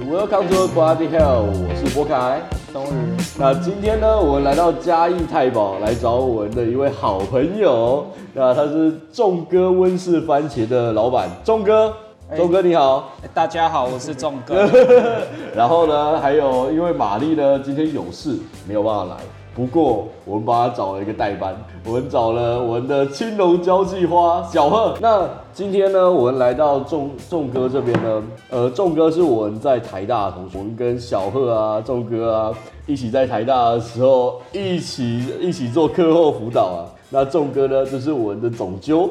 Welcome to Bloody Hell，我是波凯。冬日，那今天呢，我们来到嘉义太保来找我们的一位好朋友，那他是众哥温室番茄的老板，众哥，哎众哥你好。哎大家好，我是仲哥。 然后呢，还有因为玛丽呢今天有事没有办法来，不过我们帮她找了一个代班，我们找了我们的青龙交际花小贺。那今天呢，我们来到仲仲哥这边呢，呃，仲哥是我们在台大的同学，我们跟小贺啊、仲哥啊一起在台大的时候一起一起做课后辅导啊。那仲哥呢，就是我们的总纠，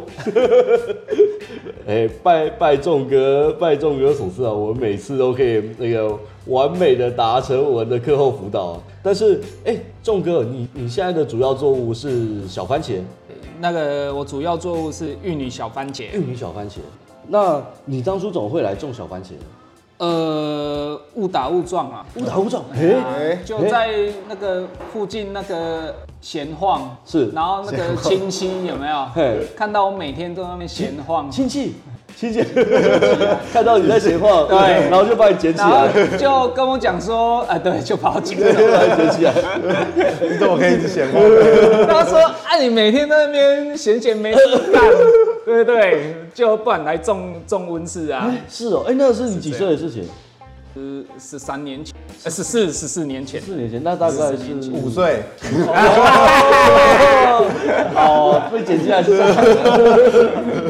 哎、拜拜众哥，拜众哥所赐啊！我们每次都可以那个完美的达成我们的课后辅导。但是，哎、众哥，你你现在的主要作物是小番茄，那个我主要作物是玉女小番哎玉茄。米小番茄。那你当初怎么会来种小番茄呢？呃，误打误撞啊，误打误撞，哎、哎就在那个附近那个闲晃，是然后那个亲戚有没 嘿有看到我每天都在那边闲晃，亲戚，亲戚， 看到你在闲晃，对然后就把你捡起然后来，就跟我讲说，啊，对，就把我请走。把你捡起来。你怎么可以一直闲话？他说，啊，你每天在那边闲闲没事 干，对不对？就不然来种种温室啊。哎 是哦，哎、那是你几岁的事情？十十三年前，呃，十四十四年前，四年前，那大概是五岁，哦，被捡起来是这样。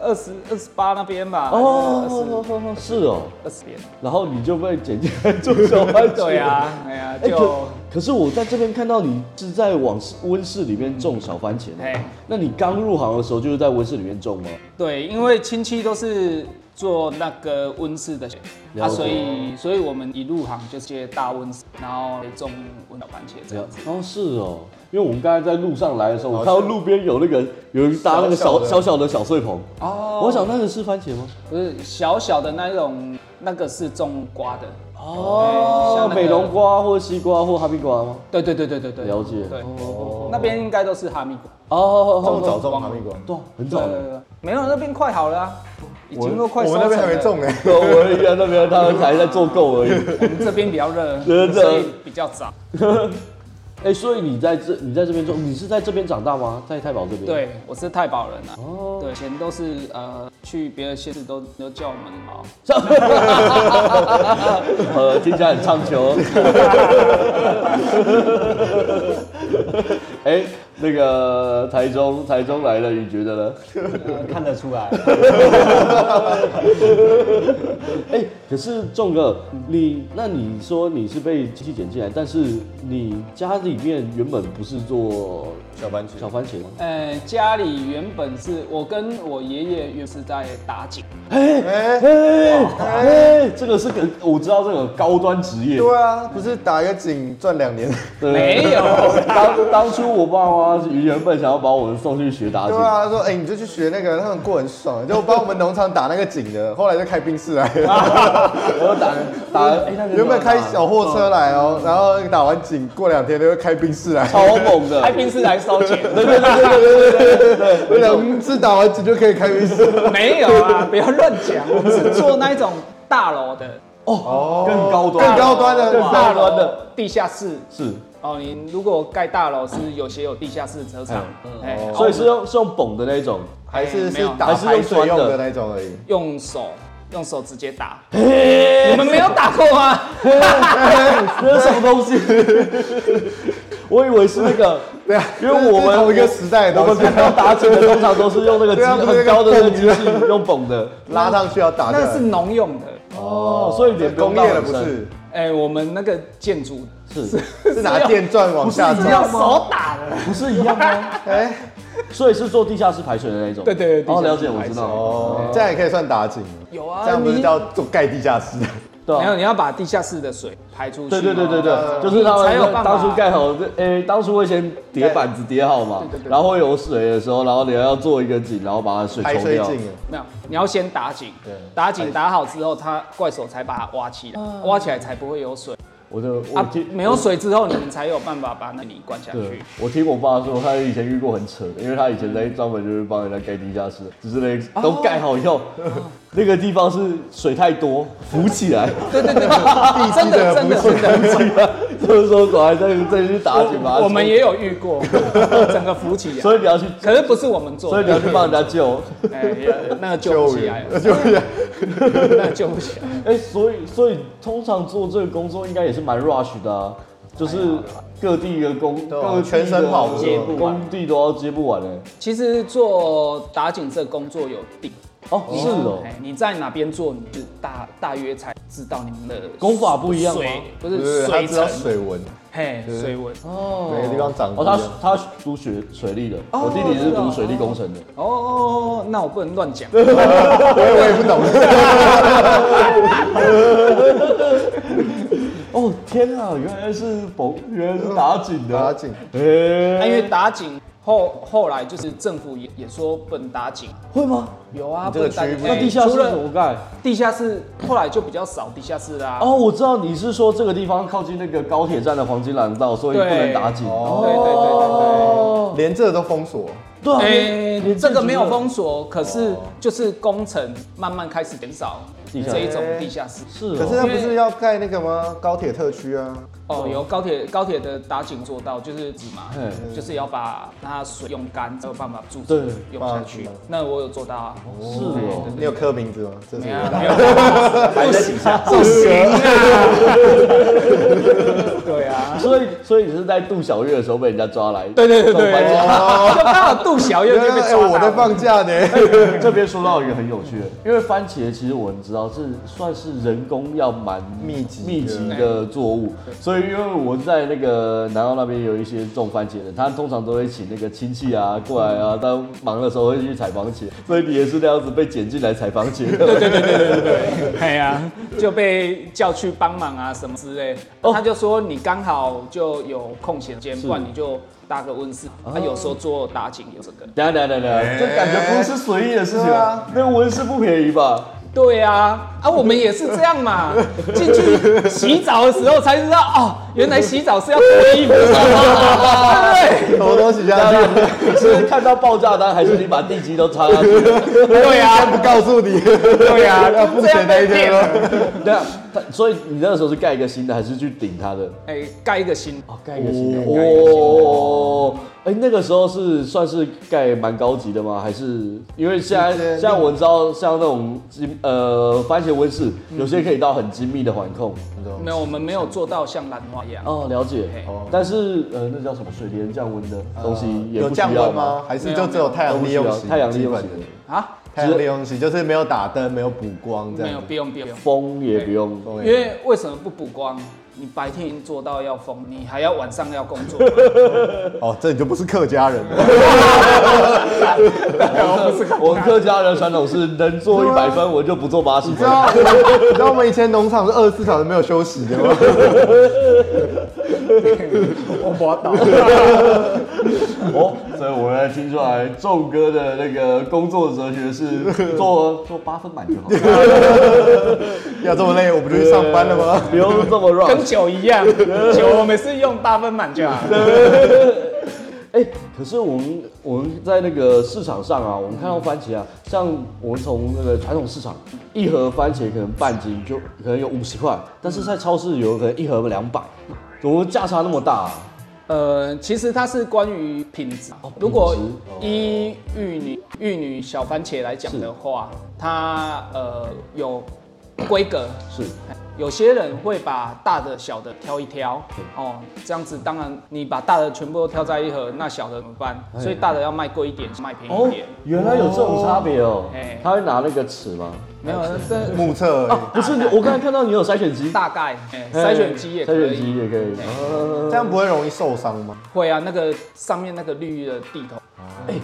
二十二十八那边吧。哦，是哦。二十边。然后你就被捡进来做小番茄。对啊，哎呀，哎，就可可是我在这边看到你是在往温室里面种小番茄的哎，那你刚入行的时候就是在温室里面种吗？对，因为亲戚都是做那个温室的，了啊，解所以所以我们一入行就接大温室，然后种温小番茄这样子。哦，是哦，因为我们刚才在路上来的时候，我看到路边有那个有人搭那个小小小小小的的小碎棚，哦，我想那个是番茄吗？不是小小的那种，那个是种瓜的。哎哦像，那个美容瓜或西瓜或哈密瓜吗？对对对对对对，了解对，哦那边应该都是哈密瓜。哦，这么早种哈密瓜，对啊，很早对了对。对，没有那边快好了啊，已经都快我收们成那了。边还没种哎。对我也觉得那边他们才在做够而已。我们这边比较热， 热所以比较早。哎、所以你在这，你在这边种，你是在这边长大吗？在太保这边？。对，我是太保人啊。哦， 对，以前都是呃去别的县市都都叫我们毛，呃，听起来很唱秋。 哎、那个台中，台中来了，你觉得呢？ 看得出来， 哎、可是仲哥，你那你说你是被机器捡进来，但是你家里面原本不是做小番小茄，番茄吗？呃，家里原本是我跟我爷爷原是在打井，哎，哎哎，这个是个我知道这个高端职业，对啊，不是打一个井赚两年，对没有当当初我爸妈原本想要把我们送去学打对井，啊，他说哎你就去学那个，他们过很爽，就帮我们农场打那个井的， 后来就开宾士来，我打打哎那个原本开小货车来哦，然后打完井过两天就会开宾士来，超猛的，开平时来收钱， 对对对对对对对对对，两次打完井就可以开宾士，没有啊，不要乱讲，我们是做那一种大楼的，哦，更高端，更高端的更大高楼端的，地下室。是，哦，你如果盖大楼是有些有地下室车场，嗯哎，哦所以是用是用绷的那一种，还是没有是打还是用排水用酸的的那种而已。用手用手直接打， 你们没有打过吗？那是什么东西？ 我以为是那 个，对啊，因为我这是们同一个时代的我东们西，平常打井的通常都是用那个机对啊不是很那个高的那个绷机的器，用绷的，拉上去要打下来，那是农用的，哦，所以连工业的不是，哎，我们那个建筑是是拿电钻往下是砸。用手打的。不是一样 吗？哎，所以是做地下室排水的那一种。对对对地下哦，室了解，我排知水道。哦，这样也可以算打井，有啊，这样不是你叫做盖地下室？对没有，啊，你要把地下室的水排出去。对对对对对，哦就是他你才有们办法当初盖好，诶，当初会先叠板子叠好嘛对对，对然后有水的时候，然后你要做一个井，然后把它水 排抽水掉。井，没有，你要先打井对，嗯打井打好之后，它怪手才把它挖起来，挖起来才不会有水。我就我啊听、，没有水之后，你们才有办法把那里灌下对去。，我听我爸说，他以前遇过很扯的，因为他以前在专门就是帮人家盖地下室，只是哦那都盖好以 后，那个地方是水太多浮起 来，对对对，对真的真的真的，浮 起来，就是说果然再再去打警察，我我们也有遇过， 整个浮起来，所以你要去，可是不是我们做所以你的，要去帮人家救。哎，也那个救不起来，救援， 那个救不起来。 哎、所以所以通常做这个工作应该也是蛮 rush 的啊，就是各地的工，对啊各地的全身跑步接不完工地都要接不完哎、其实做打井这工作有定，哦，是哦，哎，你在哪边做，你就大大约才知道你们的工法不一样吗水不不是是他水知道程，水文，嘿，是水文。哦每个地方长不哦，一样。他他读学水利的，哦我弟弟是读水利工程的。哦哦，哦那我不能乱讲。我也我也不懂，哦天啊，原来是保，原来是打井的，打井。哎，那因为打井后后来就是政府也也说不能打井，会吗？有啊，你不这个能打井。区域那哎地下室除怎了么盖？地下室后来就比较少地下室啦。哦，我知道你是说这个地方靠近那个高铁站的黄金廊道，所以不对能打井。哦对对对对对。哦，连这都封锁，对啊，哎、连这个没有。连封锁，可是哦就是工程慢慢开始减少地下这一种地下室。是可是哦，那不是要盖那个吗？高铁特区啊，哦，由高铁高铁的打井做到，就是指嘛嘿，就是要把它水用干，才有办法注对水用下去把它注。那我有做到啊，是哦，你有刻名字吗？这是没啊我有的没有，还在底下， 不行啊，对啊。所以所以你是在杜小月的时候被人家抓来，对对对对，这种 搬家就刚好杜小月就被抓哦哎，到我在放假呢。这边说到一个很有趣的，因为番茄其实我们知道是算是人工要蛮密集的密集的作物，所以因为我在那个南澳那边有一些种番茄的，他通常都会请那个亲戚啊过来啊，当忙的时候会去采番茄，所以你也是那样子被捡进来采番茄的。 对对对对对对，哎呀，就被叫去帮忙啊什么之类。哦他就说你刚好就有空闲时间，是不然你就搭个温室。他有时候做打井有这个。等一下等一下等一下，这感觉不是随意的事情对啊啊，那个温室不便宜吧？对啊，啊我们也是这样嘛， 进去洗澡的时候才知道哦，原来洗澡是要脱衣服 的，对什么东西下去？你 是看到报价单，还是你把地基都插上 去？不对？对他啊，不告诉你，对啊，要就付这钱样那被一天骗了。了。对啊，他所以你那个时候是盖一个新的，还是去顶它的？哎，盖一个新，哦，盖一个新的哦哦。哎、那个时候是算是盖蛮高级的吗？还是因为现在直接现在我知道像那种精呃番茄温室，有些可以到很精密的环控。没有，我们没有做到像兰花一样。哦，了解嘿。哦但是呃，那叫什么水帘降温的东西也有不需要降温吗？？还是就只有太阳利用都不需型？要太阳利用基型本的，啊，太阳利用型就是没有打灯，没有补光这没有，样子。不用不用。风也不用。哦因为为什么不补光？你白天已经做到要疯，你还要晚上要工作，哦，这你就不是客家人 了。我们客家人传统是能 做一百分，我就不做八十你知分。啊道，你知道我们以前农场是二十四小时没有休息的吗？ 我滑倒。哦，所以我们听出来，仲哥的那个工作哲学是 做做八分满就好，要这么累，我不就去上班 了吗？ 不用这么 rush 跟。酒一样，酒我们是用八分满就好。哎、可是我们我们在那个市场上啊，我们看到番茄啊，像我们从那个传统市场，一盒番茄可能半斤就可能有五十块，但是在超市有可能一盒两百，怎么价差那么大、啊？呃，其实它是关于品质。哦如果依玉女玉女小番茄来讲的话，它呃有规格，是有些人会把大的、小的挑一挑，哦，这样子当然你把大的全部都挑在一盒，那小的怎么办？所以大的要卖贵一点，卖便宜一哎哦点。，原来有这种差别哦哎。他会拿那个尺吗？没有，但目测而已，不是，你我刚才看到你有筛选机，大概、哎筛选机也筛可选机以，也可以。哎哦这样不会容易受伤 吗？会啊，那个上面那个绿的地头，哎、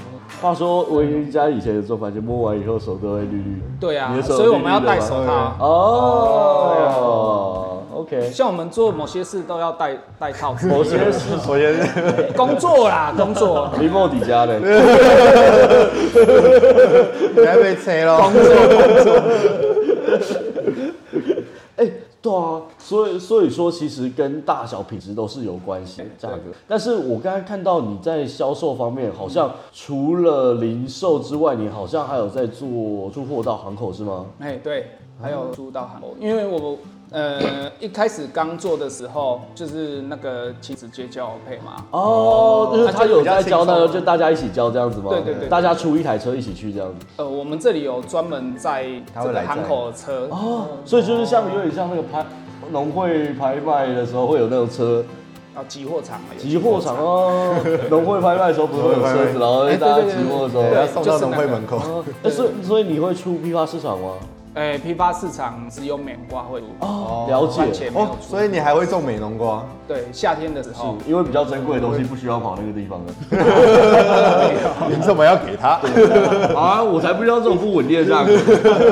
话说我家以前的做法，就摸完以后手都会绿绿的。对啊你的，手所以我们要绿绿的哎戴吗手套啊。哦，OK，像我们做某些事都要戴戴套子，某些是首先， 工作啦，工作，林莫底家的，你还被车喽。 哎、对对啊，所以所以说其实跟大小品质都是有关系的价格。但是我刚才看到你在销售方面，好像除了零售之外，你好像还有在做出货到港口是吗？哎，对，还有租到韩国，因为我呃一开始刚做的时候，就是那个亲子接交配嘛，哦，就是啊他就有比较在轻教，那松个嘛就大家一起教这样子吗？对对对大家出一台车一起去这样子。呃，我们这里有专门在他这会个来载港口的车，哦，所以就是像有点像那个拍农会拍卖的时候会有那种车啊，集货场嘛，有集货场 哦，农会拍卖的时候不是会有车子，然后哎对大家对集对货的时候对，对要送就到是农那会个门口。哦，哎所以所以你会出批发市场吗？哎，批发市场只有美瓜会哦，了番解茄，没有哦，出，所以你还会种美农瓜？对夏天的时候，因为比较珍贵的东西不需要跑那个地方啊的。你怎么要给他？啊，我才不需要这种不稳定的价格。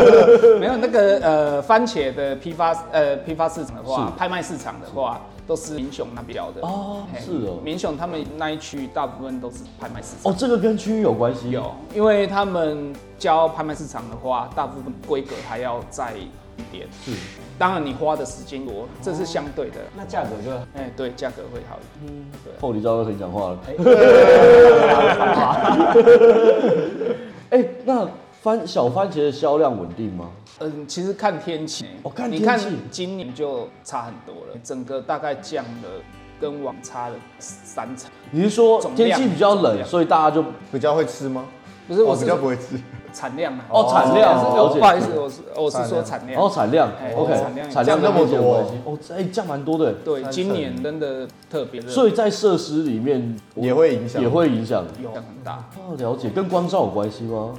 没有那个呃番茄的批发呃批发市场的话是，拍卖市场的话，都是民雄那边的哦嘿是哦民雄他们那一区大部分都是拍卖市场。哦，这个跟区域有关系。有，因为他们教拍卖市场的话，大部分规格还要再一点。是，哦当然你花的时间多，这是相对的。那价格就哎、对，价格会好一点。后哦你知道跟谁讲话了？ 哎，那番小番茄的销量稳定吗？嗯，其实看天气，哦看你天看气今年就差很多了，整个大概降了跟往差了三成。你是说总天量气比较总冷，量所以大家就哦比较会吃吗？不是，我哦是比较不会吃。 产量啊。哦产量是了解不好意思，我是我是产说量产然后量。产量哦哎，OK，产量产量降跟那么天气有多关系哦，这哎降蛮多的，对，三今成年真的特别热，所以在设施里面也会影响也会影响。有很大，哦，了解，跟光照有关系吗？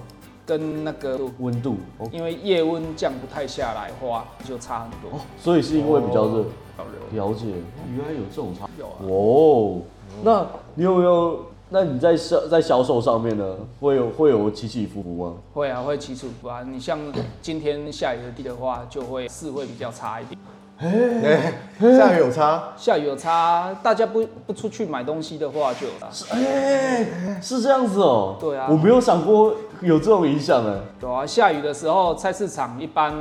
跟那个温度哦，因为夜温降不太下来的话，就差很多。所以是因为比较热。好热了解，原来有这种差有啊哦。那你有没有？那你在销在销售上面呢，会有会有起起伏伏吗？会啊，会起起伏啊。你像今天下雨的地的话，就会是会比较差一点。哎下雨有差，下雨有差，大家不不出去买东西的话就有差。哎、是这样子哦。对啊我没有想过有这种影响哎。有啊，下雨的时候菜市场一般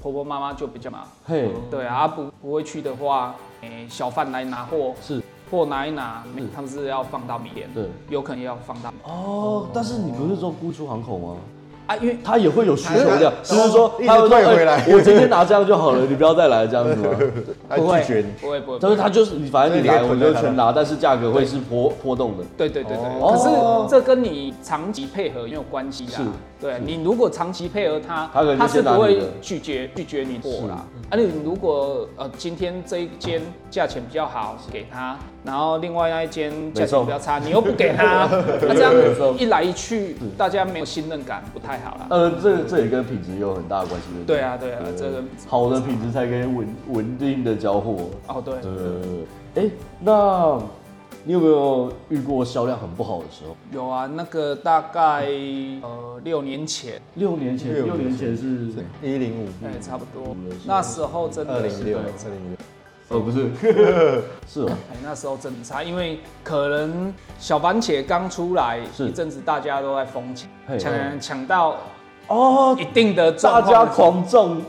婆婆妈妈就比较忙。嘿，对啊，啊不不会去的话，诶、小贩来拿货，是货拿一拿，他们是要放到米店，对有可能要放到哦，但是你不是说沽出航口吗？啊，因为他也会有需求量，他就是说他会说一直退回来哎我今天拿这样就好了，你不要再来这样子吗？他不会拒绝你。不会不会，但是他就是你，反正你来所以我你可以就囤在他那全拿，但是价格会是波波动的。对对对对，哦可是这跟你长期配合也有关系是啦。对你如果长期配合他，他可能就他是先拿不你会的拒绝拒绝你货啦。啊，你如果呃今天这一间价钱比较好给他，然后另外那一间价没错钱比较差，你又不给 他，那这没错样一来一去，大家没有信任感，不太好啦。呃，这这也跟品质有很大的关系。不对啊对啊，这个好的品质才可以稳稳定的交货。哦对，呃，哎，那你有没有遇过销量很不好的时候？有啊，那个大概呃六年前，六年前，六六年年前是，一零五哎差不多嗯，那时候真二的零是六对二零六，哦，不是，是哦，哎，那时候真的差，因为可能小番茄刚出来是一阵子，大家都在疯抢嘿，抢抢到哦，一定的大 状家况的时候，狂种。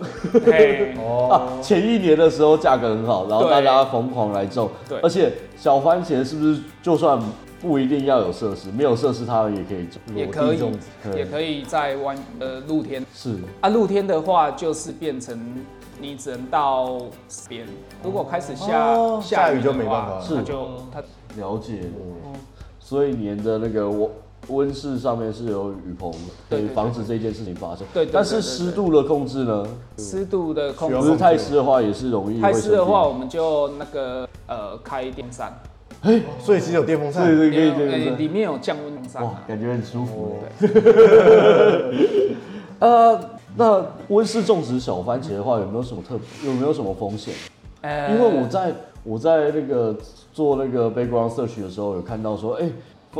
嘿，啊，前一年的时候价格很好，然后对大家疯狂来种，对而且小番茄是不是就算不一定要有设施，没有设施它也可以种，也可以裸地种植也可以在弯呃露天是啊，露天的话就是变成你只能到边，如果开始下哦下雨雨的就没办法话了是它就它了解，嗯所以你的那个温温室上面是有雨棚，可对对以对防止这件事情发生。对对对但是对对湿度的控制呢，湿度的控不制是。太湿的话也是容易太会湿的话，生我们就那个呃开电扇，所以其实有电风扇病，。对对因为对对呃对对里面有降温电扇哇哦啊，，感觉很舒服。对， 呃，那温室种植小番茄的话，有没有什么特有没有什么风险？呃因为我在我在那个做那个 background search 的时候，有看到说，哎、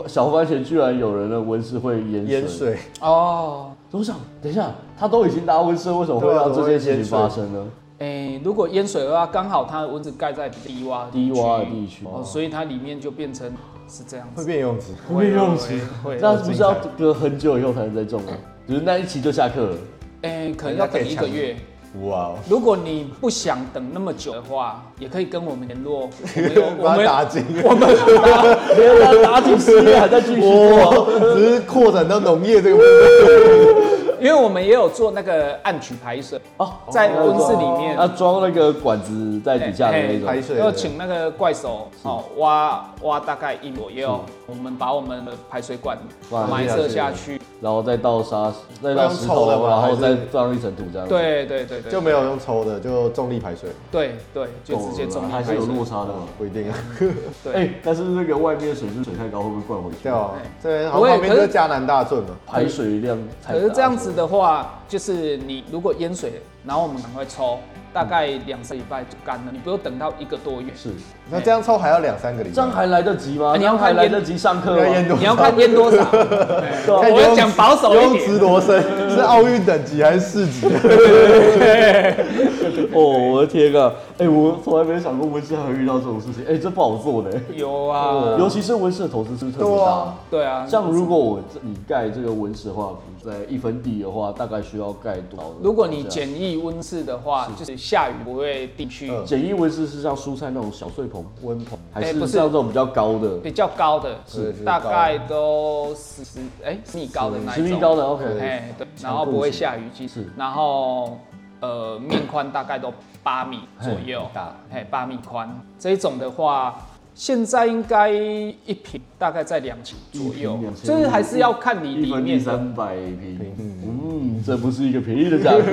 小番茄居然有人的温室会淹水。淹水，哦，我想，等一下，他都已经搭温室，为什么会对啊让这件怎么会事情淹水发生呢？诶、如果淹水的话，刚好它的蚊子盖在低洼低洼的地区哦，所以它里面就变成是这样会子。变游泳池。会变用水会，那不是啊要隔很久以后才能再种吗？就是那一期就下课了。诶、可能要等一个月，哇哦，如果你不想等那么久的话，也可以跟我们联络，我们有我 把它们打进，我们没有他打几十年还在继续做，啊哇，只是扩展到农业这个部分。因为我们也有做那个暗渠排水哦，在温室里面要装那个管子在底下的那嘿嘿种排。水的要请那个怪手哦挖挖大概一左右，我们把我们的排水管哇埋设下去，然后再倒沙，再倒石头，不然用抽的然吧后再还是放一层土这样。，对对对对，就没有用抽的，就重力排水，对对，就直接中立哦还排是水有，落差的嘛。不一定啊。哎、对，但是那个外面的水是水太高，会不会灌回去？对哦哎，这边好不会旁边就可是是迦南大圳嘛，排水量太可大。是这样子的话，就是你如果淹水，然后我们赶快抽，大概两三礼拜就干了，你不用等到一个多月。是，那这样抽还要两三个礼拜。这样还来得及吗？啊你要这样还看来淹得及上课要淹吗？多少你要看淹多少，看对我你用要讲保守一用点，直罗生是奥运等级还是市级？哦，我的天啊！哎、我从来没想过温室还会遇到这种事情。哎、这不好做的、有啊，尤其是温室的投资是不是特别对大。啊对啊，像如果我这你盖这个温室的话，在一分地的话，大概需要盖多少？如果你简易温室的话，就是下雨不会地区嗯简易温室是像蔬菜那种小碎棚，温棚还是哎不是像这种比较高的？比较高的是是，大概都十十哎十米高的那十一米种，高的 OK，哎对，然后不会下雨季是，然后呃面宽大概都八米左右很大，哎八米宽这一种的话。现在应该一平大概在两千左右一平，2000就是还是要看你一里分地面的，三百平，嗯，这不是一个便宜的 价格，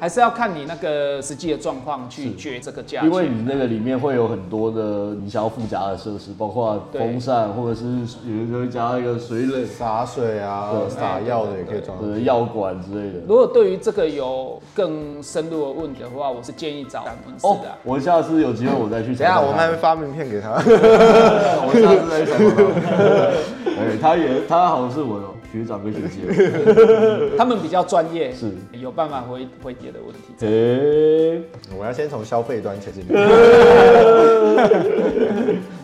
还是要看你那个实际的状况去决这个价钱。因为你那个里面会有很多的你想要附加的设施，包括对风扇，或者是有人就会加一个水冷洒水啊，撒药的也可以哦装。的药管之类的。如果对于这个有更深入的问题的话，我是建议找咱们哦是的啊。，我下次有机会我再去等采一下，访他。我们还没发名片给他。 我下次再采访他。哎，他也他好像是我的学长跟学 姐。他们比较专业，哦是有办法回回答的问题。哎我要先从消费端前进。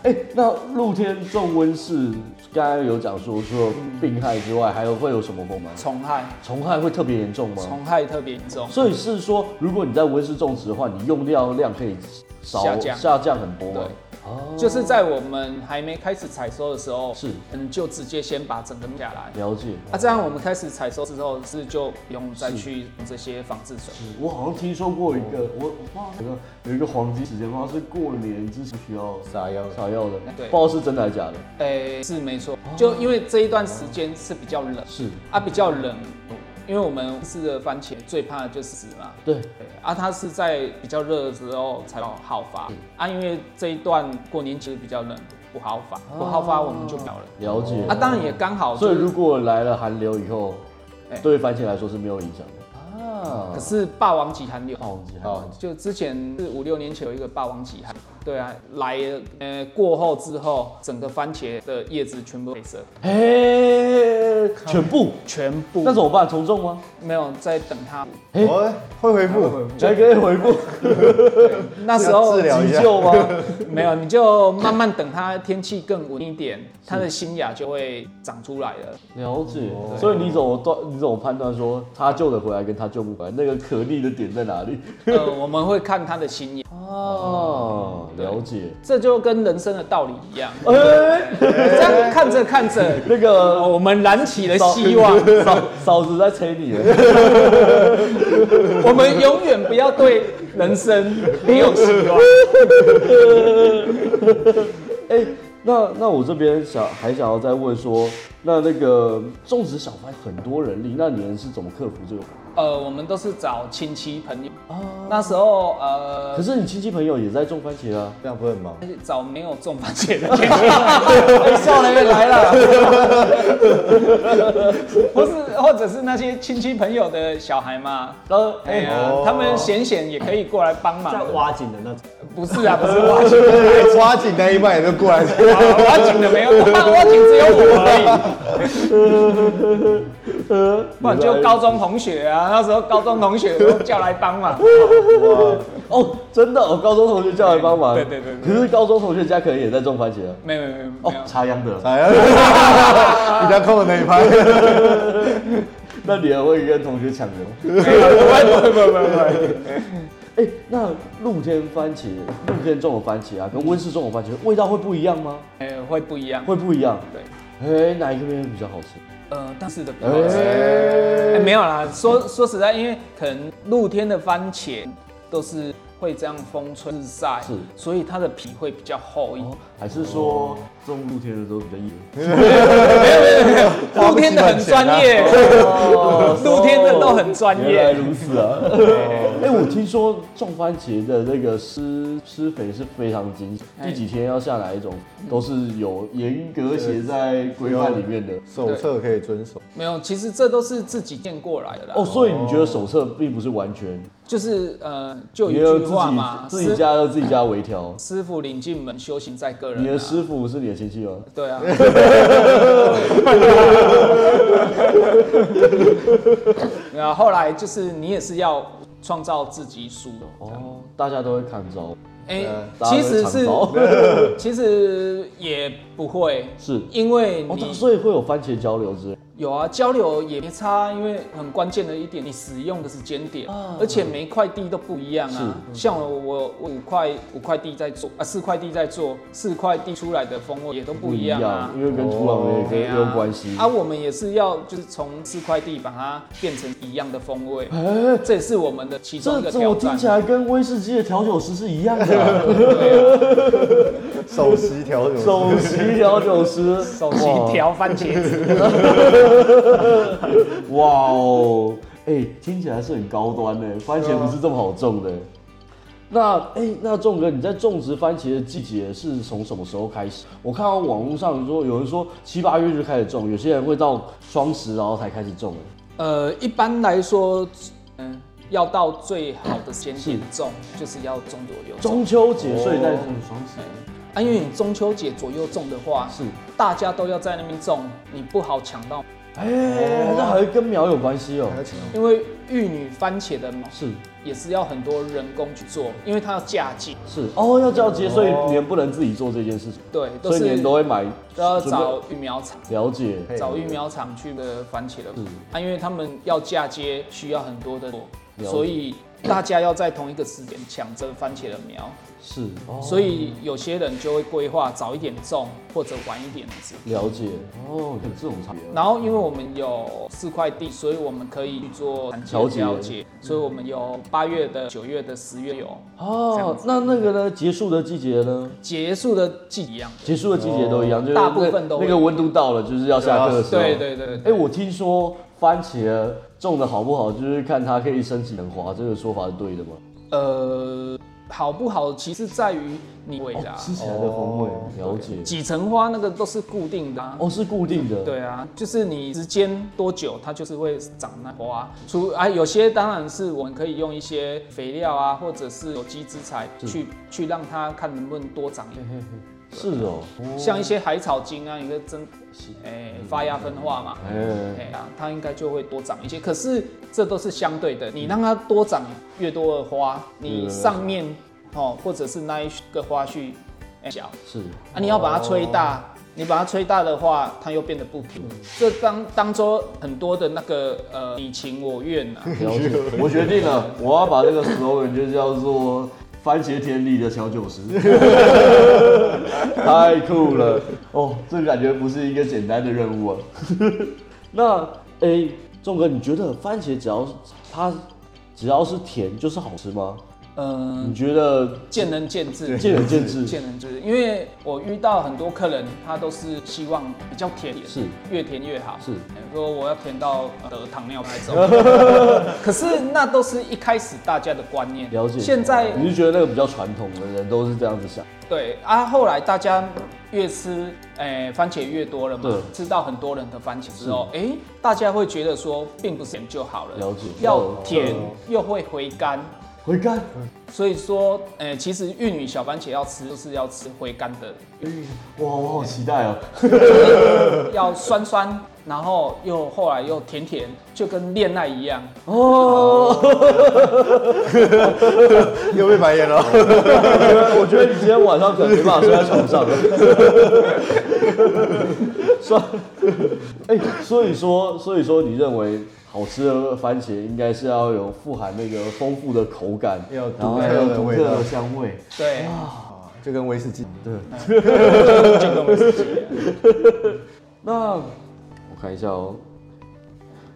哎，那露天种温室，刚刚有讲说除了病害之外，还有会有什么风吗？虫害，虫害会特别严重吗？虫害特别严重，所以是说，如果你在温室种植的话，你用料量可以少下降很多吗对？就是在我们还没开始采收的时候，是嗯，就直接先把整个弄下来。了解。啊，这样我们开始采收之后，是就不用再去用这些防治水。我好像听说过一个，我我忘了有一个黄金时间，好像是过年之前需要撒药撒药的，对不知道是真的还是假的。诶、哎是没错，就因为这一段时间是比较冷，是，啊，比较冷，因为我们吃的番茄最怕的就是死嘛。对，对啊，它是在比较热的时候才好发嗯啊，因为这一段过年其实比较冷，不好发，不好发我们就不了了。了解。啊，当然也刚好、哦所就以是，如果来了寒流以后哎，对番茄来说是没有影响的哦啊可。是霸王级寒流，霸王级寒好流，哦就之前是五六年前有一个霸王级寒，对啊，来了呃过后之后，整个番茄的叶子全部黑色，哎，全部全部那怎么办？重种吗？没有在等它，我会回复，来给你回 复 那时候治疗一急下。 救吗？ 没有，你就慢慢等它天气更稳一点，它的新芽就会长出来 了。了解，所以你怎么断？你怎么判断说他救得回来跟他救不回来？那个可逆的点在哪里？呃，我们会看它的新芽，哦，了解。这就跟人生的道理一 样。哎、 这样看着看着，那个呃我们燃起了 希 望。嫂嫂子在催你 了。我们永远不要对人生没有希望。哎、那那我这边想还想要再问说，那那个种植小番很多人力，那你们是怎么克服这个？呃，我们都是找亲戚朋友。那时候呃可，是你亲戚朋友也在种番茄啊。这样不会很忙？找没有中番茄的亲戚，少年来了。 不是，或者是那些亲戚朋友的小孩嘛。呃，哎哎、呀，哦他们闲闲也可以过来帮忙。挖井的那种，不是啊，不是挖井，挖井哎那一半也就过来，挖井的没有，挖井只有我而已。呃，不然就高中同学啊，那时候高中同学都叫来帮忙，哦，真的，我高中同学叫来帮忙。对对对对可是高中同学家可能也在种番茄啊。没有没有没有没有哎哦，插秧的。哎呀，比较空的那一拍。那你还会跟同学抢人吗？哦不不不不，哎、那露天番茄、露天种的番茄啊，跟温室种的番茄味道会不一样吗？哎，会不一样。会不一样。对，哎、哪一个边比较好吃？呃，但是的比较哎、好吃。哎、没有啦，说说实在，因为可能露天的番茄都是会这样风吹日晒，是哦所以它的皮会比较厚一点。还是说种露天的都比较硬？露啊天的很专业，哦露天的都很专啊哦原来业。如此啊！哎、我听说种番茄的那个施施肥是非常精细，哎嗯第几天要下哪一种，都是有严格写在规范里面的。手册可以遵守。没有，其实这都是自己见过来的啦。哦，所以你觉得手册并不是完全，就是呃，就你有要一句自话嘛己，自己师家要自己家微调。师傅领进门，修行在个人、啊。你的师傅是你的亲戚哦吗？对啊，然后后来就是你也是要创造自己属哦，大家都会看招，哎、大家其都会实藏是招 其实也不会，是因为哦，你所以会有番茄交流之类。有啊交流也没差，因为很关键的一点，你使用的时间点，而且每一块地都不一样啊。像我我我五块五块地在做啊，四块地在做，四块地出来的风味也都不一样啊。因为跟土壤也对跟啊有关系。啊，我们也是要就是从四块地把它变成一样的风味，这也是我们的其中这一个哦这我挑听战起。来啊跟威士忌的调酒师是一样的啊， 首席调酒师首席调酒师，首席调番茄哦子，哇哦，哎、听起来是很高端的，番茄不是这么好种的。那哎、那仲哥，你在种植番茄的季节是从什么时候开始？我看到网络上说有人说七八月就开始种，有些人会到双十然后才开始种。呃，一般来说，嗯、要到最好的时间点是种，就是要中左右种中秋节，所以在种双十。啊，因为你中秋节左右种的话，是大家都要在那边种，你不好抢到，哎、那还跟苗有关系哦、还有请因为玉女番茄的毛是也是要很多人工去做，因为它要嫁接，是哦，要交接，所以你们不能自己做这件事情，对，都所以你是们都会买，都要准备找育苗厂。了解，配找育苗厂去的番茄的是啊，因为他们要嫁接需要很多的解所以大家要在同一个时间抢这番茄的苗，是，哦所以有些人就会规划早一点种或者晚一点种。了解哦，有这种差别。然后因为我们有四块地，所以我们可以去做产调前节嗯调节，所以我们有八月的、九月的、十月有。这样哦，那那个呢？结束的季节呢？结束的季一样，结束的季节都一样，就是哦大那部分都那个温度到了，就是要下课的时候。对。对对哎，我听说番茄种的好不好，就是看它可以升起能花，这个说法是对的吗？呃，好不好其实在于哦你味啦，哦吃起来的风味，了解。几层花那个都是固定的、啊。哦，是固定的。。对啊，就是你时间多久，它就是会长那花。除啊，有些当然是我们可以用一些肥料啊，或者是有机之材去去让它看能不能多长一点。是哦。像一些海草精啊，一个增，哎、发芽分化嘛，哎，哎呀、它应该就会多长一些。可是这都是相对的，你让它多长越多的花，你上面哦，或者是那一个花序哎小，是。啊，你要把它吹哦大，你把它吹大的话，它又变得不平。嗯这当当中很多的那个呃你情我愿 啊，了解。我决定了，我要把这个 slogan 就叫做“番茄田里的调酒师”， 太酷了哦！这感觉不是一个简单的任务啊。 那诶，仲、哥，你觉得番茄只要是它只要是甜就是好吃吗？嗯、你觉得见仁见智，见仁嗯见智见仁见智。因为我遇到很多客人，他都是希望比较甜，是越甜越好，是哎说我要甜到呃得糖尿病这 种。可是那都是一开始大家的观念，了解？现在你是觉得那个比较传统的人都是这样子想？对啊，后来大家越吃，哎、番茄越多了嘛对，吃到很多人的番茄之后，哎、大家会觉得说，并不是甜就好了，了解要哦甜、又会回甘，回甘，所以说，哎、其实玉女小番茄要吃，就是要吃回甘 的，哇，我好期待哦！要酸酸，然后又后来又甜甜，就跟恋爱一样，又被白眼了。 我觉得你今天晚上可能没办法睡在床 上了。算，哎、所以说，所以说，你认为好吃的番茄应该是要有富含那个丰富的口感，要有然后独特要有的独味特道的香味。对，啊就跟威士忌，对，就跟我自己一样。那我看一下哦、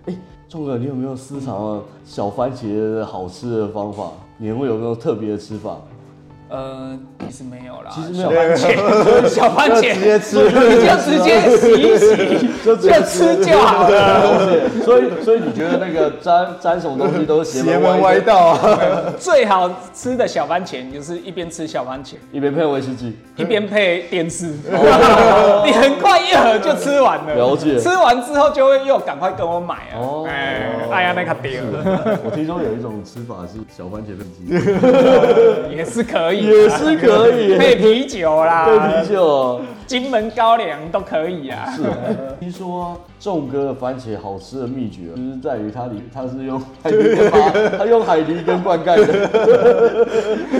哎、仲哥，你有没有私藏了小番茄的好吃的方法？你会有没有特别的吃法？呃，其实没有啦，其实没小有番茄，小番茄直 接吃你就直接洗一洗，就就吃就好了。了。所以，所以你觉得那个沾沾什么东西都是邪邪门门歪歪道，道啊，最好吃的小番茄，你就是一边吃小番茄，一边配威士忌。一边配电视， 你很快一盒就吃完了。哦了解吃完之后就会又赶快跟我买啊。哦哎，哎呀，那个屌 我听说有一种吃法是小番茄配鸡， 也是可 以，啊也是可 以配啤 酒配啦，啤酒。哦金门高粱都可以啊。 是， 听说啊仲哥的番茄好吃的秘诀，就是在于它里它是用海泥跟把， 它用海泥跟灌溉的。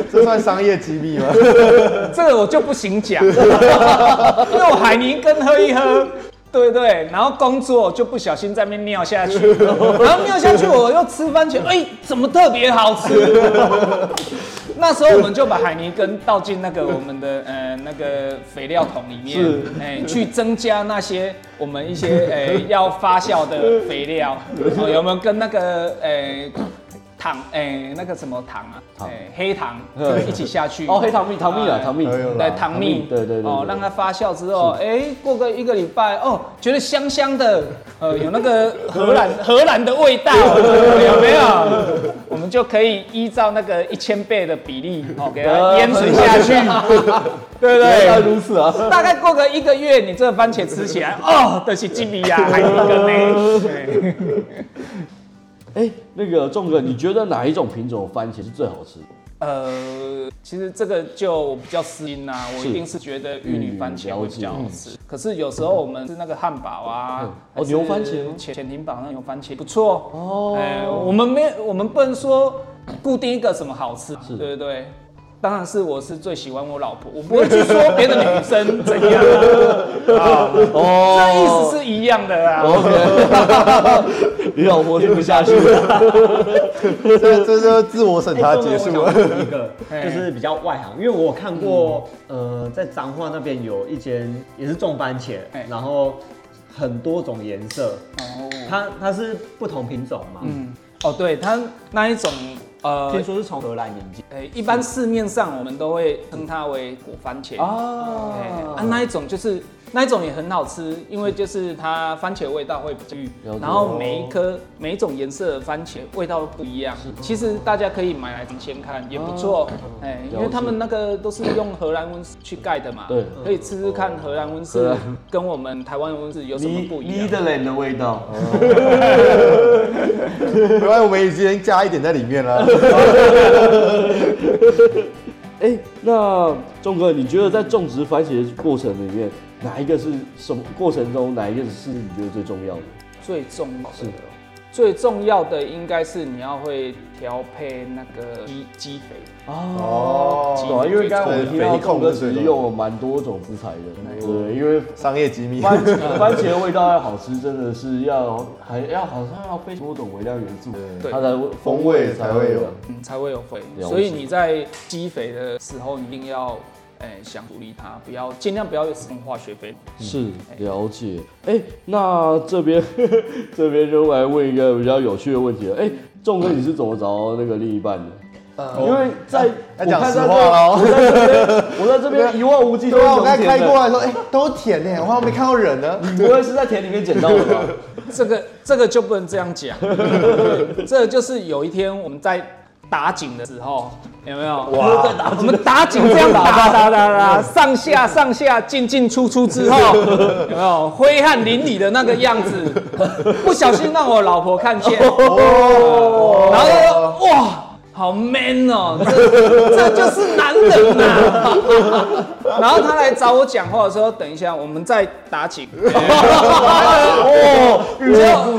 这算商业机密吗？这个我就不行讲，因 为我海尼根喝一喝，对不对？然后工作就不小心在那边尿下去，然后尿下去我又吃番茄，哎、怎么特别好吃？ 那时候我们就把海尼根倒进那个我们的呃那个肥料桶里面是，哎、去增加那些我们一些哎、要发酵的肥料，哦、有没有跟那个哎、糖哎、那个什么糖啊，哎、糖黑糖嗯一起下去哦，黑糖蜜，糖蜜啊，哎糖蜜，哎呦对，啦糖蜜，对对对哦，对让它发酵之后，哎，过个一个礼拜，哦，觉得香香的， 呃，有那个荷兰荷兰的味道，有没有？我们就可以依照那个一千倍的比例，哦，给它淹水下去， 对不原来对？如此啊。大概过个一个月，你这个番茄吃起来，哦，都是金米呀，还有一 个呢，对哎，那个仲哥，你觉得哪一种品种的番茄是最好吃的？ 呃，其实这个就我比较私心呐、我是一定是觉得玉女番茄会比较好吃。可是有时候我们吃那个汉堡啊嗯，还哦是牛番茄吗潜潜艇堡那牛番茄不错哦哦。哎，我们没有，我们不能说 固定一个什么好吃，对不对？当然是我是最喜欢我老婆，我不会去说别的女生怎样啊，哦这意思是一样的啊。 OK，你 老婆听不下去 了。这这就是自我审哎查中结文束我了想。问一个，嘿就是比较外行，因为我有看过，呃，在彰化那边有一间也是种番茄哎，然后很多种颜色，哦，它它是不同品种嘛，嗯，哦，对，它那一种呃，听说是从荷兰引进，诶，一般市面上我们都会称它为果番茄啊啊，啊，那一种就是那一种也很好吃，因为就是它番茄味道会比较郁了解，然后每一颗每一种颜色的番茄味道都不一样。其实大家可以买来尝鲜看，也不哦错。哎，因为他们那个都是用荷兰温室去盖的嘛，对可以吃吃看荷兰温荷室兰跟我们台湾温室有什么你不一你样。的脸的味道，没关系，我们已经加一点在里面了。哎、那钟哥，你觉得在种植番茄的过程里面，哪一个是什么过程中哪一个是你觉得最重要的？最重要是的，最重要的应该是你要会调配那个基基肥。哦，基懂啊，因为刚刚我们听到肥控钟哥是其最实重要的用了蛮多种食材的，对，因为商业机密，番茄番茄的味道要好吃，真的是要还要好像要非常多种微量元素，对它的风味才会有。嗯，才会有肥了解。所以你在积肥的时候，你一定要，哎、想鼓励它，不要尽量不要使用化学肥。是了解，哎、那这边 这边就来问一个比较有趣的问题了，哎、仲哥你是怎么找到那个另一半的？因为在要我呃啊讲看实在这话喽我在这边，我在这边一望无际都对是啊，我农刚才田开的过来说，哎，都甜呢，我好像没看到人呢。你不会是在田里面捡到 的吧？这个这个就不能这样讲， 这个就是有一天我们在打井的时候，有没有？哇，我们打井这样 打打打打打，上下上下进进出出之后，有没有挥汗淋漓的那个样 子？不小心让我老婆看见，呃然后就说哇。好 man 哦，这这就是男人呐、 然后他来找我讲话的时候，等一下我们再打井。哦，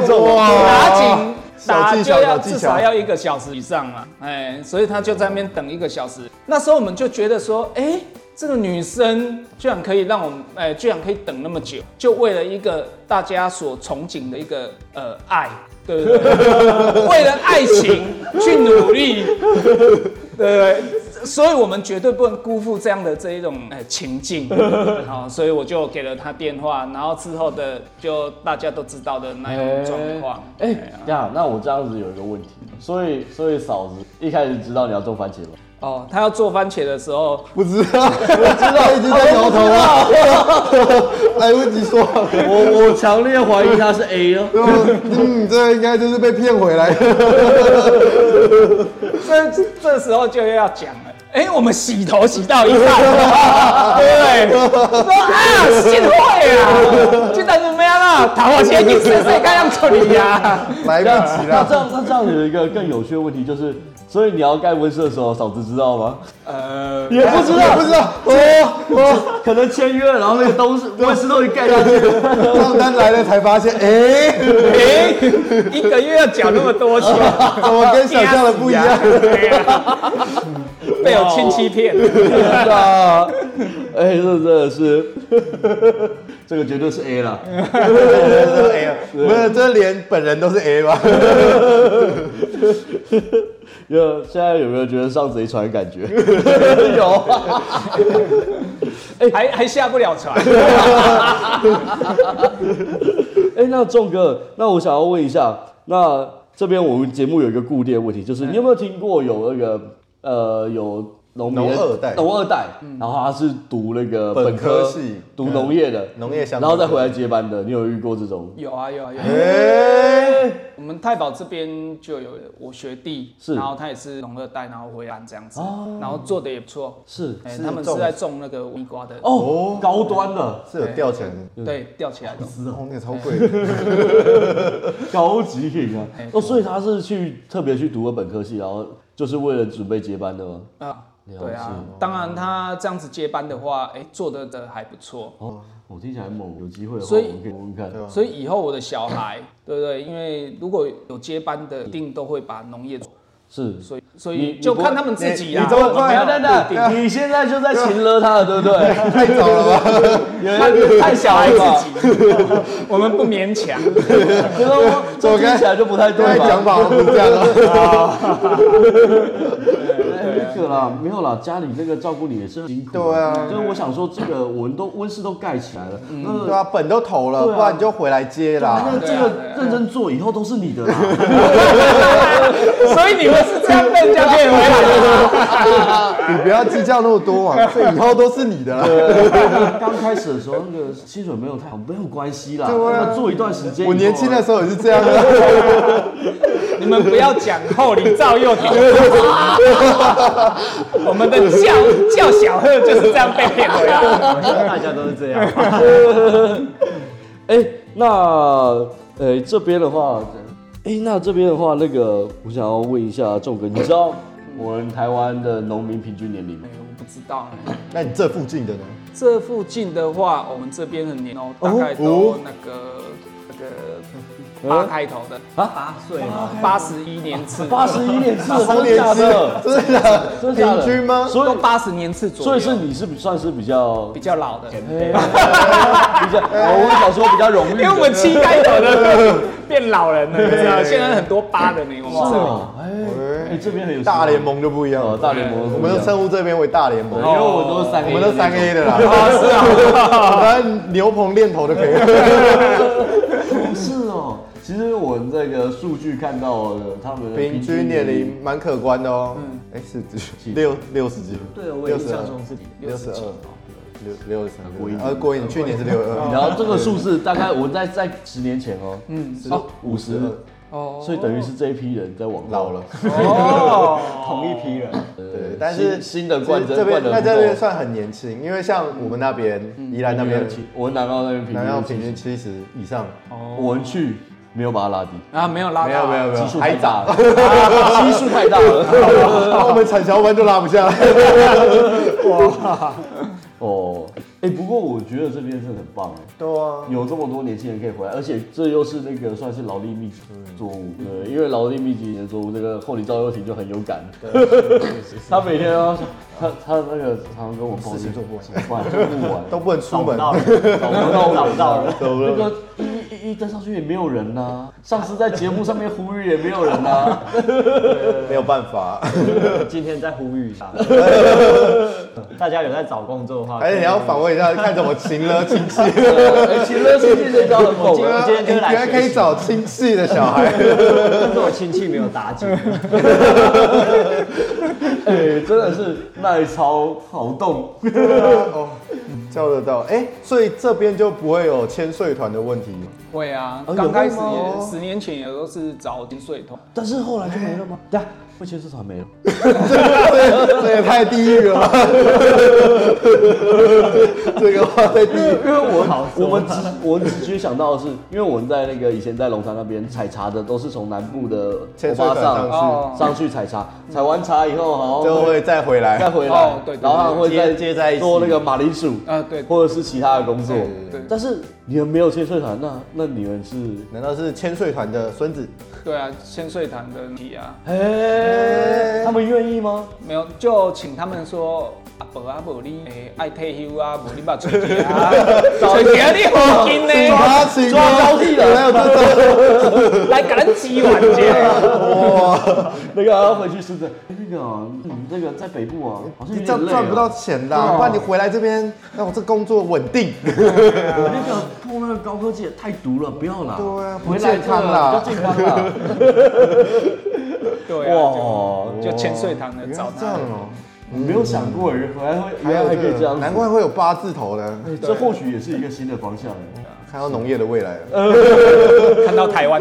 只有打井小打技就巧要小技至巧少要一个小时以上嘛，哎，所以他就在那边等一个小时。那时候我们就觉得说，哎、这个女生居然可以让我们，哎、居然可以等那么久，就为了一个大家所憧憬的一个呃爱，对不 对？为了爱情去努力， 对不对？所以我们绝对不能辜负这样的这一种呃情 境，好，所以我就给了他电话，然后之后的就大家都知道的那种状况。哎、对啊呀，那我这样子有一个问题，所以所以嫂子一开始知道你要做番茄吗？哦，他要做番茄的时候，不知道，我知道一直在摇头 啊，来不及说，我我强烈怀疑他是 A 哦。嗯，这应该就是被骗回来的。这这时候就要讲了。哎、我们洗头洗到一半， 对，说啊，幸会 啊，这但是没啦，头发前一岁岁该样处理呀。 来不及那这啦。样那这样有一个更有趣的问题就是，所以你要盖温室的时候，嫂子知道吗？呃，也不知不知道，哦，道，可能签约了，然后那个东西温室都已经盖下去了。账单来了才发现，哎、哎、一个月要缴那么多钱，怎么跟 想象的不一 样？对啊，被我亲戚骗 了。真的啊， 哎、这真的是，这个绝对是 A 了。这 A 啊，不是，这连本人都是 A 吧？有现在有没有觉得上贼船的感觉？ 有啊，哎还还下不了船，哎、那仲哥，那我想要问一下，那这边我们节目有一个固定的问题，就是你有没有听过有那个呃有农民的农二代嗯农二代，然后他是读那个本本科科系嗯读农业的，农业相然关后再回来接班的，你有遇过这种？有啊有啊有啊。哎、我们太保这边就有我学弟，是然后他也是农二代，然后回蓝这样子，哦然后做的也不错。是哎、是他们是种在种那个无瓜的，哦，高端的是有吊钱的。对，吊起来的。哦，那个超贵的，高级品啊哎！哦，所以他是去特别去读了本科系，然后就是为了准备接班的吗？啊，了哦对啊，当然他这样子接班的话，哎、做的的还不错。哦，我听起来猛，有机会的话所我以们可以问问看。啊所以以后我的小孩，对不对？因为如果有接班的，一定都会把农业做，是，所以所你以你就不看他们自己啦。你这么我们快没有啊等固定等，你现在就在擒了他了，对不对？太早了吧？ 有太小了吧？我们不 勉强。这个这听起来就不太对，对吧？讲法好像不是这样啊。哎那个啦，没有啦，家里那个照顾你也是很辛苦。对啊就是我想说，这个我们都温室都盖起来了，嗯对那啊，本都投了，对啊不然你就回来接那啦。这对啊个对啊认真做，以后都是你 的啦。所以你们是这样被人家骗回来的吗？你啊不要计较那么多嘛，这以后都是你的啦。刚开始的时候，那个薪水没有太好，没有关系啦。对啊那做一段时间以后啊，我年轻的时候也是这样啊的，你们不要讲厚礼造幼条，我们的叫叫小贺就是这样被骗回来哎的。大家都是这样。 哎、那呃、这边的话，哎、那这边的话，那个我想要问一下仲哥，你知道我们台湾的农民平均年龄吗哎？我不知道哎、那你这附近的呢？这附近的话，我们这边很年哦，大概都那个、那个八开头的，八岁嘛，八十一年次，八十一年制，同真的年假纪的？，真的假的真的假的平均吗？所以，八十年次左所右，以是你是比算是比较比较老的，比较，哦我想说比较容易因为我的。们七开头的变老人了，你知道，现在很多八的呢，我们这里。哦，哎哎，这边很有大哦联盟就不一样哦，了，大联盟，我们都称呼这边为大联盟对，因，为我们都是三 A，我们都三 A 的啦。是啊， 反正牛棚练头就可以了。是哦，其实我们这个数据看到了，他们的平均年龄蛮可观的哦。哎，是几六六十几？对，我印象中是哦六十二，六六十三。郭英呃，郭颖去啊年是六二，然后这个数字大概我在在十年前哦，嗯，是五十，哦所以等于是这一批人在往老了。哦，同一批人。对对但是新新的冠真这边冠那的这边算很年轻，因为像我们那边嗯宜兰那哦边，我南澳那边平均南澳平均七十以上，我们去没有把它拉低，啊，没有拉到，没有没有没有基，数哦还太大。早了， 基数太大了。 我们产销班就拉不下来。哦，哎，不过我觉得这边是很棒哎。对啊，有这么多年轻人可以回来，而且这又是那个算是劳力密集作物，对，因为劳力密集的作物，这个后里赵又廷就很有感， 他每天都他他那个常常跟我抱事怨情做不完晚做不完，都不能出门，到找不到找不到人人啊，那个一一一登上去也没有人呐、上次在节目上面呼吁也没有人呐、 没有办 法，今天再呼吁一下，大家有在找工作的话，而哎且你要访问一下，看怎么勤了亲戚。哎其乐亲戚这招很猛 我啊，今天就啊你来原来可学以习找亲戚的小孩， 但是我亲戚没有打紧，哎、真的是耐操好动。哦，叫得到。哎，所以这边就不会有千岁团的问题。 会啊，哦有刚开始会吗也十年前也都是找金穗桶，但是后来就没了吗？对啊，会切丝团没了。这也太地狱了吧！ 这个话在地狱。因为我好 我说们直我们直觉想到的是，因为我们在那个以前在龙潭那边采茶的，都是从南部的千欧岁巴团上上哦去，嗯上去采茶，采完茶以后，好就像会再回再来。回来哦，对对然后他们会再接接在一起嗯做那个马铃薯，啊对或者是其他的工作对对。对但是你们没有切碎团，那那你们是难道是千岁团的孙子？对啊，千穗坛的题啊，哎，他们愿意吗？没有就请他们说。阿伯啊，无你诶爱退休啊，无你把出去 啊，出去啊，你好紧呢，抓起抓交替了有没有抓来赶集玩去。那个要回去深圳，哎那个啊你们这个在北部啊，好像有你点这样累啊赚不到钱的，啊不然你回来这边，那我这工作稳定。我那个碰那个高科技也太毒了，不要啦。对啊不回来健康这个啦比较健康啦。对啊，哇，就就千穗坛的原来找是这他样。哦，我没有想过人回来会原来嗯还可以这样子，难怪会有八字头的，哎这或许也是一个新的方向。看到农业的未来了。呃看到台湾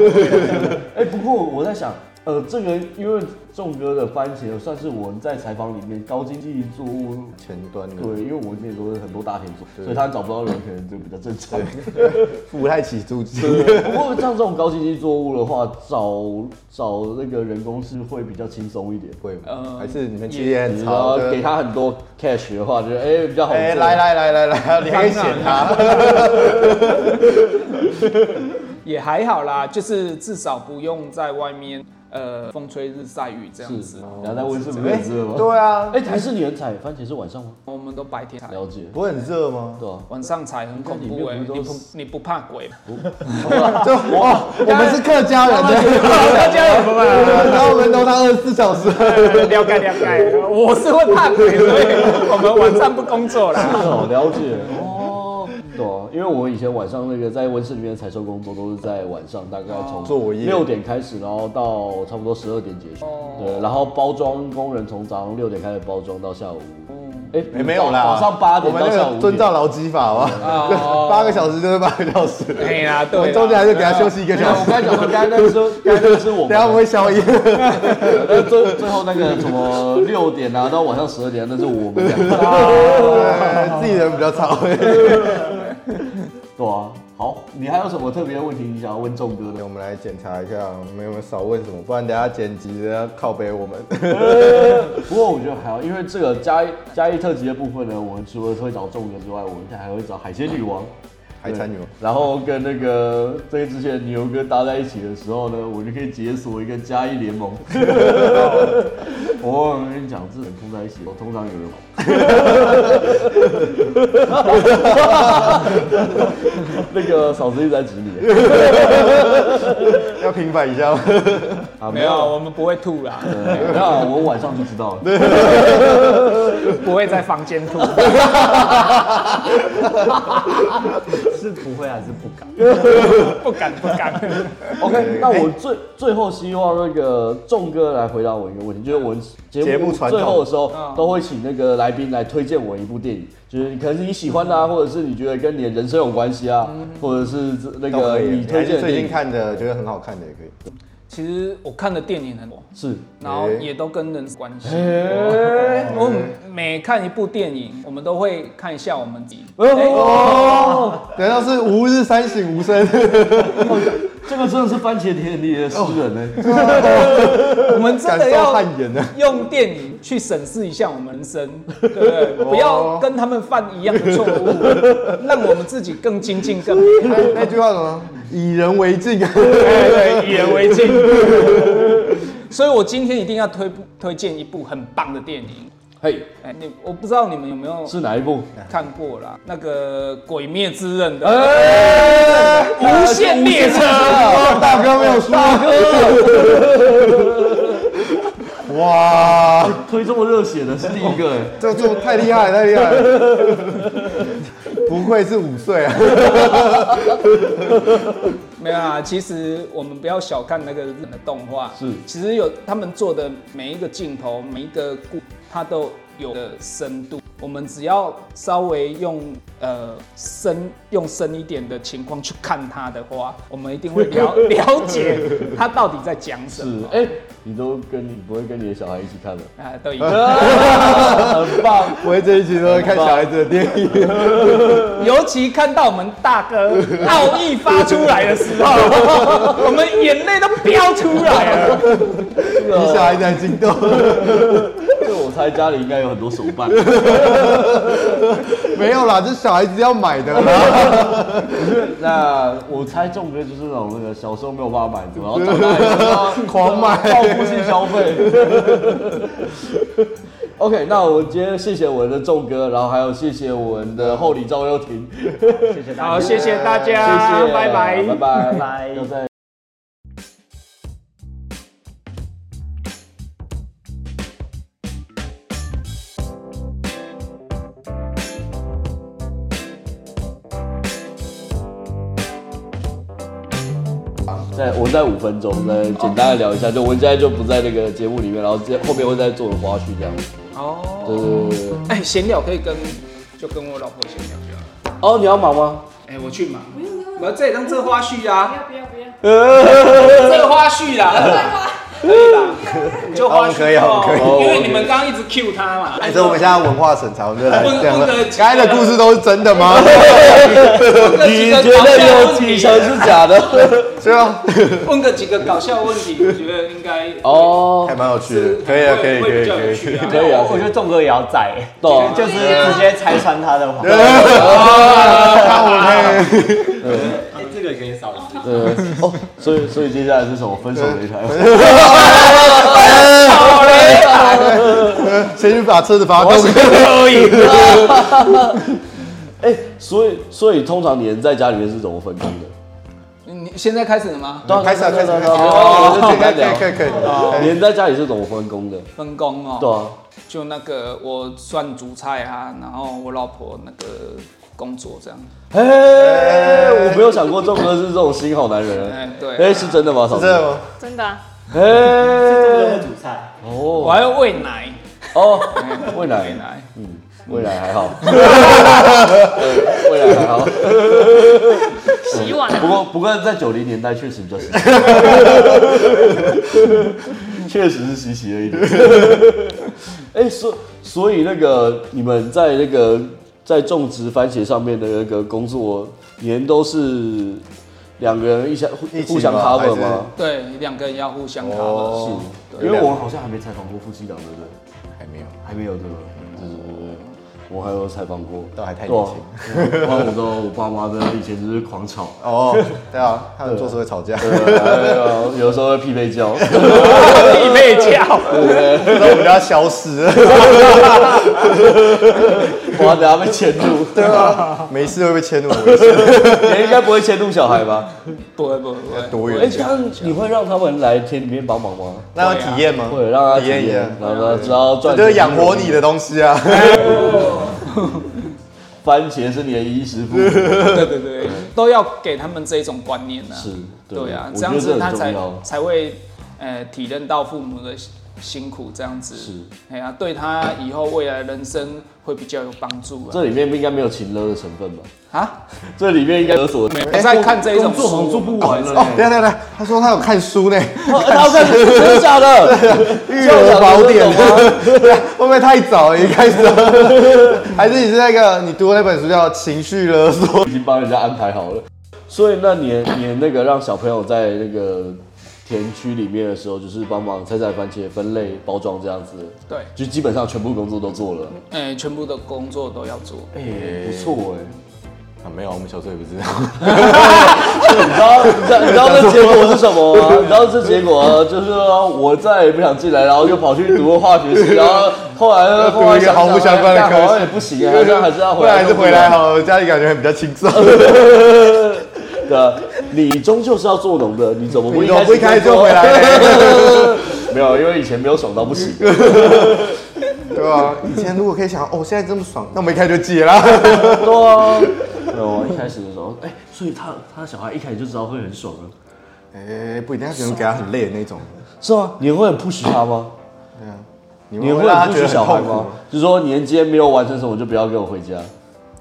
哎，不过我在想，呃，这个因为仲哥的番茄算是我们在采访里面高经济作物。前端对，因为我们也都是很多大田主，所以他找不到人，可能就比较正常。付不太起 租金，不过像这种高经济作物的话，找找那个人工是会比较轻松一点。会吗呃嗯还是你们其实也很然后潮的啊给。他很多 cash 的话，就哎、比较好做。哎，来来来来来，你可以选他。也还好啦，就是至少不用在外面呃风吹日晒雨这样是子。，然后在温室不是哎很热吗？对啊，哎，还是你们采番茄是晚上吗？我们都白天采，了解，不会很热吗？对啊。晚上采很恐怖那哎、里面不你是都不你不怕鬼 吗？哦啊就哇，我们是客家人的，大家有怕？然后我们都他二十四小时。了解了解，我是会怕鬼，所以我们晚上不工作 啦。哦，了解哦，对啊，因为我以前晚上那个在温室里面的采收工作都是在晚上，大概从作业六点开始，然后到差不多十二点结束。哦对，然后包装工人从早上六点开始包装到下午，哎，也没有啦，早上八点我们到那下午个五遵点照劳基法吧，哦八个小时就是八个小时，哎呀，我对们啦，中间还是给他休息一个没有小我时，刚才讲说，刚才那个时候，刚才那个是我等一下我们们会宵夜。呃最最后那个什么六点啊，到晚上十二点啊，那是我们两个。哦对，自己人比较吵。对啊，好，你还有什么特别的问题你想要问仲哥的？我们来检查一下，我们有没有少问什么，不然等一下剪辑的要靠背我们。不过我觉得还好，因为这个嘉义嘉义特辑的部分呢，我们除了会找仲哥之外，我们还会找海鲜女王。海产女王对然后跟那个这之前牛哥搭在一起的时候呢，我就可以解锁一个嘉义联 盟。我跟你讲，这人碰在一起，我通常有人 那个嫂子一直在 指你要平反一下吗？啊，没有，我们不会吐啦，呃没有，我晚上就知道了。不会在房间吐。 是不会还是不敢？不敢不敢。 OK，那我最最后希望那个仲哥来回答我一个问题，就是我们节节目目传统最后的时候嗯都会请那个来宾来推荐我一部电影，就是可能是你喜欢的嗯啊，或者是你觉得跟你的人生有关系啊，或者是那都个可以你推荐还是的最电近影看的，觉得很好看的也可以。其实我看的电影很多，是。然后也都跟人有关系。我们每看一部电影，我们都会看一下我们自 己。哎哎哦，难道是吾日三省吾身？这个真的是番茄天地的诗人欸哦呢。我们真感的受要汗颜呢？用电影去审视一下我们人生，对不对？不要跟他们犯一样的错 误，让我们自己更精进、更美好。那句话什么？以人为镜。 对对，以人为 镜。所以我今天一定要推推荐一部很棒的电影，嘿，哎，你我不知道你们有没有是哪一部？看过啦，那个《鬼灭之刃》的哎， 《无限列车》大哥没有输，大哥，哇，推这么热血的是第一个，哎，这这太厉害，太厉害了，不愧是五岁啊， 没有啊，其实我们不要小看那个日本的动画，是其实有他们做的每一个镜头、每一个故，它都有的深度。我们只要稍微用呃深用深一点的情况去看它的话，我们一定会 了了解它到底在讲什是么。哎，你都跟你不会跟你的小孩一起 看了，啊、都一样。很棒。我这一集都在看小孩子的电影，尤其看到我们大哥奥义发出来的时候，我们眼泪都飙出来了。这比小个孩子还激动，这个我猜家里应该有很多手办，没有啦，这小孩子要买的啦，那我猜中哥就是那种那个小时候没有办法满足，然后长大以 后要狂买报复性消费。OK，那我今天谢谢我们的仲哥，然后还有谢谢我们的厚礼赵又廷，谢谢谢大好，家，谢谢大家，谢，拜拜，拜拜，拜拜要再再我再五分钟，再简单的聊一下，就我们现在就不在那个节目里面，然后这后面会再做个花絮这样子。哦，对对对对对。哎，闲聊可以跟就跟我老婆闲聊就好了。哦，你要忙吗？哎，我去忙，不用不用我要再当这花絮啊，不要不要不这花絮啊啦，要！可以啦，你就花絮好可以好可以哦因为你们刚刚一直 Q 他嘛，所哦以我们现在文化审查，我们就来不能这样不了能。刚才的故事都是真的吗？问你个觉几个搞得笑有问几题，成是假 的？是啊，问个几个搞笑问题，我觉得应该哦还，蛮有趣是的，可以啊，可会以，会可以，比较可有以，趣啊可以啊我我觉得仲哥也要在，懂啊。就是直接拆穿他的谎。哦哎，这个可以少一对哦，所以所以接下来是什么？分手擂台？先去把车子把它弄 哎，所以所以通常你人在家里面是怎么分工的？你现在开始了吗？对啊开始啊，开始，开始，哦可以，可以，可以，可以，可以你人在家里是怎么分工的？分工哦，对啊，就那个我算主菜啊，然后我老婆那个工作这样。哎，我没有想过仲哥是这种心好男人。哎对哎，是真的吗？嫂是子这样吗？真的啊、哎，煮菜。我哦还要喂奶，哦，未喂来奶。未来还 好，对未来还好。洗碗啊不过不过在九零年代确实比较稀奇， 确实是稀奇了一点。 哎、所所以那个你们在那个在种植番茄上面的那个工作，你们都是两个人一相互一起吗互相 cover 吗？对，两个人要互相啊 cover。 哦是，因为我好像还没采访过夫妻档，对不对？还没有，还没有这个，对对对对，我还有采访过，都还太年轻 对啊。我我都我爸妈的以前就是狂 吵。哦，对啊，他们做事会吵架，对啊有时候会匹配叫，匹配叫，然后我们就要消失了，我等下被迁 怒，对啊，没事会被迁怒的危险，你应该不会迁怒小孩吧？不会不会不会，多哎，远？这样你会让他们来田里面帮忙吗？那要体验吗？会让他体验一下，然后他知道这赚，就是养活你。的东西啊，番茄是你的衣食父 母，对对对，都要给他们这一种观念呢、啊。是对啊，我这觉样得子这他很重才要。才会呃体认到父母的辛苦，这样子是，哎呀、对他以后未来人生会比较有帮助啊。这里面应该没有情勒的成分吧？啊，这里面应该有所哎没有在看这一种书，完哦， 等一下等一下，他说他有看书呢，他哦看 真的假的？育儿宝典这样讲得懂吗，对啊，会不会太早了？一开始， 还是你是那个你读的那本书叫《情绪勒索》？已经帮人家安排好了。所以那年年那个让小朋友在那个田区里面的时候，就是帮忙采采番茄、分类、包装这样子，对，就基本上全部工作都做了。哎、全部的工作都要做。欸哎、不错哎、啊，没有，我们小时候也不知道。 欸你知道，你知道，你知道这结果是什么 吗？你知道这结果啊就是说我再也不想进来，然后就跑去读了化学系，然后后来呢，读后来一个想 毫不想相关的干科好像系也不行啊，好像还是要不回然来还弄是读啊，回来好了，家里感觉还比较轻 松。的，啊你终究是要做农的，你怎么会你怎么不一开始就回来呢？ 没有，因为以前没有爽到不行。 对啊，以前如果可以想，哦，现在这么爽，那我们一开始就解 啦。对啊，没有啊，一开始的时候，哎、所以他他小孩一开始就知道会很爽啊。哎，不一定，他只能给他很累的那种。是吗？你会很 push 他吗？你你们会会让很他觉 push 得小很孩痛苦吗吗？？就说你今天没有完成什么，就不要跟我回家。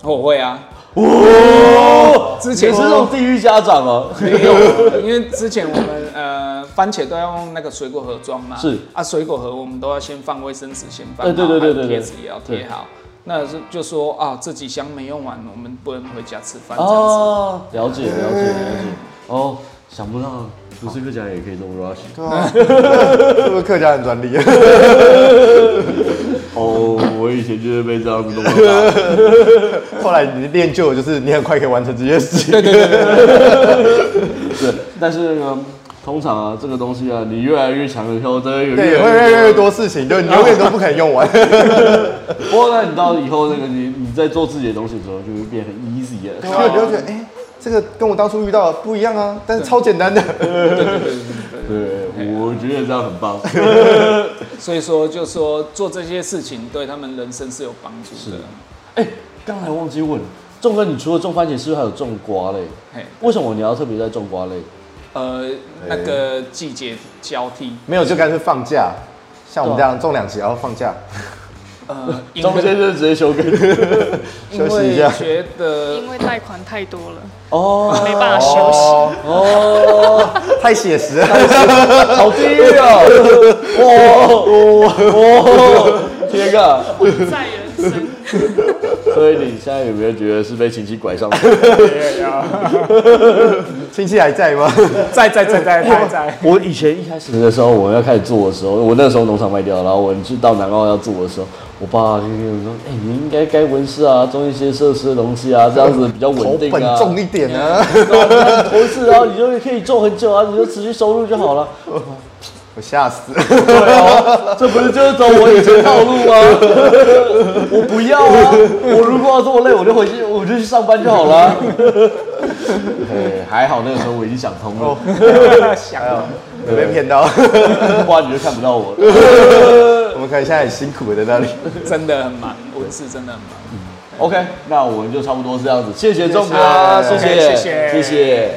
我会啊，哦，之前你是那种地狱家长 哦。没有，因为之前我们呃番茄都要用那个水果盒装嘛，是啊，水果盒我们都要先放卫生纸，先放对好，对对对对还对有贴纸也要贴好。那是就说啊，这几箱没用完，我们不能回家吃饭啊这哦，了样子。解了解了解。哦，想不到不是客家人也可以这么 rush。对啊，是不是客家人专利？ 哦，我以前就是被这样子弄到大。后来你练就的就是你很快可以完成这件事 情。对， 但是呢，通常啊，这个东西啊，你越来越强了以后，真的有对，会越来越多事 情，就你永远都不可能用完。不过呢，你到以后那个你你在做自己的东西的时候，就会变很 easy 了。对啊， 你就觉得哎、这个跟我当初遇到的不一样啊，但是超简单的。对，我觉得这样很棒。所以说，就说做这些事情对他们人生是有帮助的。哎，刚才忘记问，仲哥，你除了种番茄，是不是还有种瓜类？嘿，为什么你要特别在种瓜类？呃，那个季节交替，没有，就干脆放假。像我们这样种两期，然后放假，呃，因哎中间为就直接休耕。因休息一 下为觉得因为贷款太多了，哦没办法休息。哦，太写实了。 好地狱哦！哇哇！ 天啊！混在人生，所以你现在有没有觉得是被亲戚拐上的？亲戚还在 吗？在在在在在在，我以前一开始的时候，我要开始做的时候，我那时候农场卖掉，然后我去到南澳要做的时候，我爸就跟我说：“哎、你应该该温室啊，种一些设施的东西啊，这样子比较头稳定 本啊。”重一点啊！投资，然后你就可以种很久啊，你就持续收入就好了。我吓死。对啊，这不是就是走我以前套路吗？我不要啊！我如果要这么累，我就回去，我就去上班就好 了。哎，还好那个时候我已经想通 了，有被骗到， 不然你就看不到我了。我们可能现在很辛苦的在那里。真的很忙，文字真的很忙。 OK，那我们就差不多是这样子，谢谢仲哥，啊谢谢谢谢，谢谢谢。